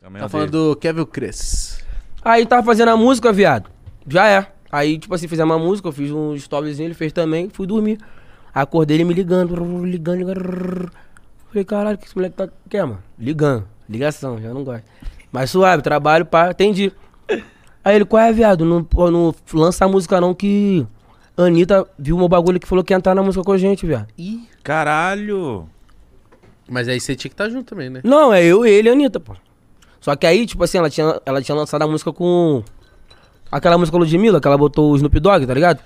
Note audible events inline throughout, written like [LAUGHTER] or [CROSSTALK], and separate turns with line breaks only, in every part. Também
Tá
odeio.
falando do Kevin Cres.
Aí eu tava fazendo a música, viado. Já é. Aí, tipo assim, fizemos uma música, eu fiz um storyzinho, ele fez também, fui dormir. Acordei ele me ligando, brrr, ligando, ligando. brrr. Falei, caralho, o que esse moleque tá. Quer, mano? Ligando. Ligação, já não gosto. Mas suave, trabalho, pá, atendi. Aí ele, qual é, viado? Não, pô, não lança a música não que. Anitta viu meu bagulho que falou que ia entrar na música com a gente, viado.
Ih.
Caralho!
Mas aí você tinha que estar junto também, né?
Não, é eu, ele e a Anitta, pô. Só que aí, tipo assim, ela tinha, ela tinha lançado a música com. Aquela música Ludmilla, que ela botou o Snoop Dogg, tá ligado?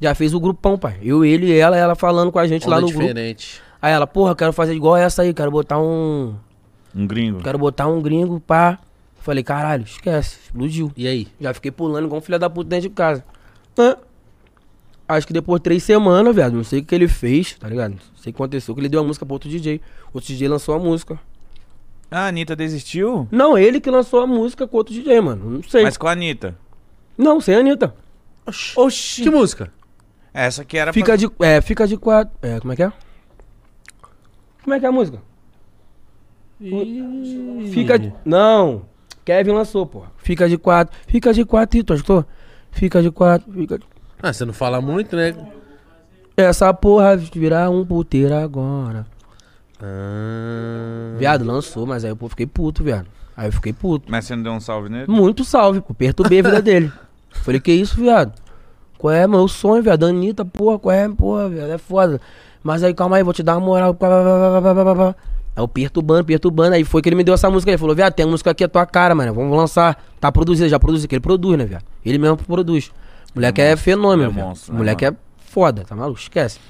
Já fez o grupão, pai. Eu, ele e ela, ela falando com a gente lá
Onda
no grupo.
diferente.
Aí ela, porra, quero fazer igual essa aí, quero botar um.
Um gringo.
Quero botar um gringo, pá. Falei, caralho, esquece, explodiu.
E aí?
Já fiquei pulando igual um filho da puta dentro de casa. Hã? Acho que depois de três semanas, viado, não sei o que ele fez, tá ligado? Não sei o que aconteceu, que ele deu a música pra outro DJ. Outro DJ lançou a música.
A Anitta desistiu?
Não, ele que lançou a música com outro DJ, mano. Não sei.
Mas com a Anitta.
Não, sem a Anitta.
Oxi!
Que música?
Essa que era
Fica de, é, fica de quatro. É, como é que é? Como é que é a música? Fica de. Não. Kevin lançou, pô. Fica de quatro. Fica de quatro, e tu achou? Fica de quatro. Fica de...
Ah, você não fala muito, né?
Essa porra virar um puteiro agora.
Ah...
Viado, lançou, mas aí eu pô, fiquei puto, viado. Aí eu fiquei puto.
Mas você não deu um salve nele?
Muito salve, pô. Perturbei a
[LAUGHS]
vida dele. Falei, que isso, viado? Qual é, meu sonho, viado? Anitta, porra, qual é, porra, viado? É foda. Mas aí, calma aí, vou te dar uma moral. pá, pá, pá, pá, pá, pá, pá. Aí eu perturbando, perturbando. Aí foi que ele me deu essa música. Ele falou, viado, tem a música aqui, é tua cara, mano. Vamos lançar. Tá produzido, já produziu, que ele produz, né, viado? Ele mesmo produz. Moleque é, fenômeno,
Ele é
viado.
monstro, né,
Moleque
mano?
é foda, tá maluco? Esquece.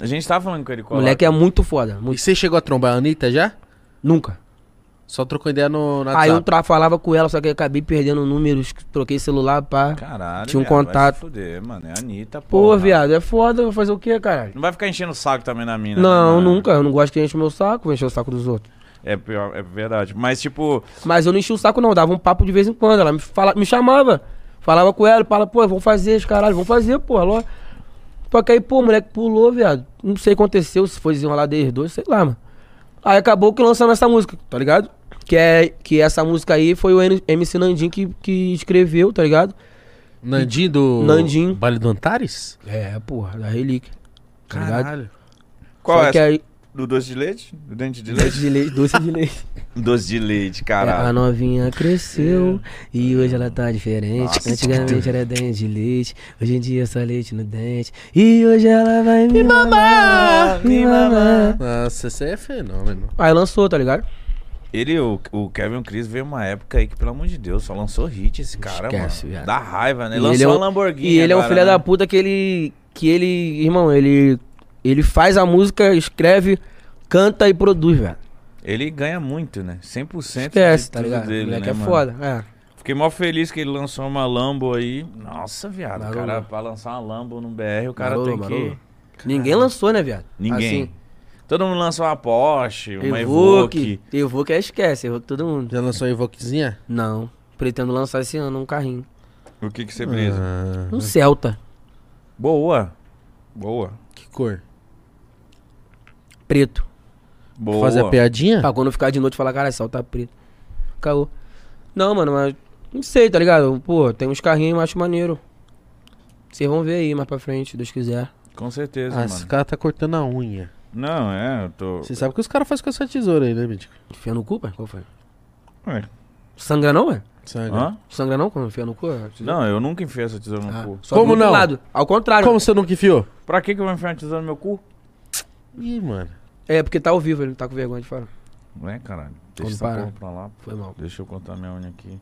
A gente tava falando com ele com
Moleque é muito foda.
E
muito-
você chegou a trombar a Anitta já?
Nunca.
Só trocou ideia no, no
Aí Ah, eu
WhatsApp.
tra- falava com ela, só que eu acabei perdendo números, troquei celular, pá.
Caralho,
Tinha um
viado, vai se
contato.
fuder, mano. É a Anitta,
Pô,
porra.
viado, é foda, vou fazer o quê, caralho?
Não vai ficar enchendo o saco também na mina. né,
Não,
mano?
nunca. Eu não gosto que enche o meu saco, vou encher o saco dos outros.
É, pior- é verdade. Mas, tipo,
Mas eu não enchi o saco, não. Dava um papo de vez em quando. Ela me, fala, me chamava. Falava com ela, fala, pô, vamos fazer os caralho, vamos fazer, porra. Ló. Só que aí, pô, o moleque pulou, viado. Não sei o que aconteceu, se foi desenrolar deles dois, sei lá, mano. Aí acabou que lançamos essa música, tá ligado? Que, é, que essa música aí foi o N- MC Nandim que, que escreveu, tá ligado?
Nandinho do...
Nandinho.
Vale do Antares?
É, porra, da Relíquia. Tá ligado?
Caralho.
qual
Só
é?
que
essa?
aí,
Do doce de leite? Do dente de
doce
leite?
de leite, doce de leite.
doce de leite,
É, A
caralho. É.
novinha cresceu e hoje ela tá diferente.
Nossa.
Antigamente era dente de leite, hoje em dia é só leite no dente. E hoje ela vai me, mamar, Ah, me mamar.
Nossa, você é fenômeno.
Aí lançou, tá ligado?
Ele, o, o Kevin Chris, veio uma época aí que, pelo amor de Deus, só lançou hit esse cara,
Esquece,
mano.
viado.
Dá raiva, né?
E
Lançou
ele é
uma
um-
Lamborghini.
E ele é um
agora,
filho da
né?
puta que ele. que ele. Irmão, ele. Ele faz a música, escreve, canta e produz, velho.
Ele ganha muito, né? 100%
Esquece,
de
tá
tudo
ligado?
dele,
o moleque
né,
é
mano?
foda. É.
Fiquei mó feliz que ele lançou uma Lambo aí. Nossa, viado.
Marolou.
Cara, pra lançar uma Lambo no BR, o cara tem
Marolou,
que...
marolou. Ninguém lançou, né, viado?
Ninguém. Todo mundo lança uma Porsche,
Assim,
uma
Evoque.
Evoque.
Evoque é esquece, Evoque todo mundo.
Já lançou a Evoquezinha?
Não. Pretendo lançar esse ano um carrinho.
O que que você precisa?
Ah,
Um Celta.
Boa. Boa.
que cor?
Preto.
Boa.
Fazer a piadinha?
Pra quando ficar de noite falar, cara, Celta preto. Caô. Não, mano, mas. Não sei, tá ligado? Pô, tem uns carrinhos, eu acho maneiro. Vocês vão ver aí mais pra frente, se Deus quiser.
Com certeza,
Ah, esse
mano.
cara tá cortando a unha.
Não, é, eu tô...
Você sabe o que os caras fazem com essa tesoura aí, né, Mítico?
Enfia no cu, pai? Qual foi?
Ué,
Sangra não, ué?
Sangue.
hã?
Sangra não quando enfia no cu? é?
Não, eu nunca enfiei essa tesoura no
Ah,
cu.
só do
Como
outro
não?
Lado. Ao contrário.
Como você nunca enfiou?
Pra que que eu vou enfiar uma tesoura no meu cu?
Ih, mano.
É, porque tá ao vivo, ele não tá com vergonha de falar.
Não é, caralho.
Vamos
Deixa essa
parar.
porra pra lá.
Foi mal.
Deixa eu cortar minha unha aqui.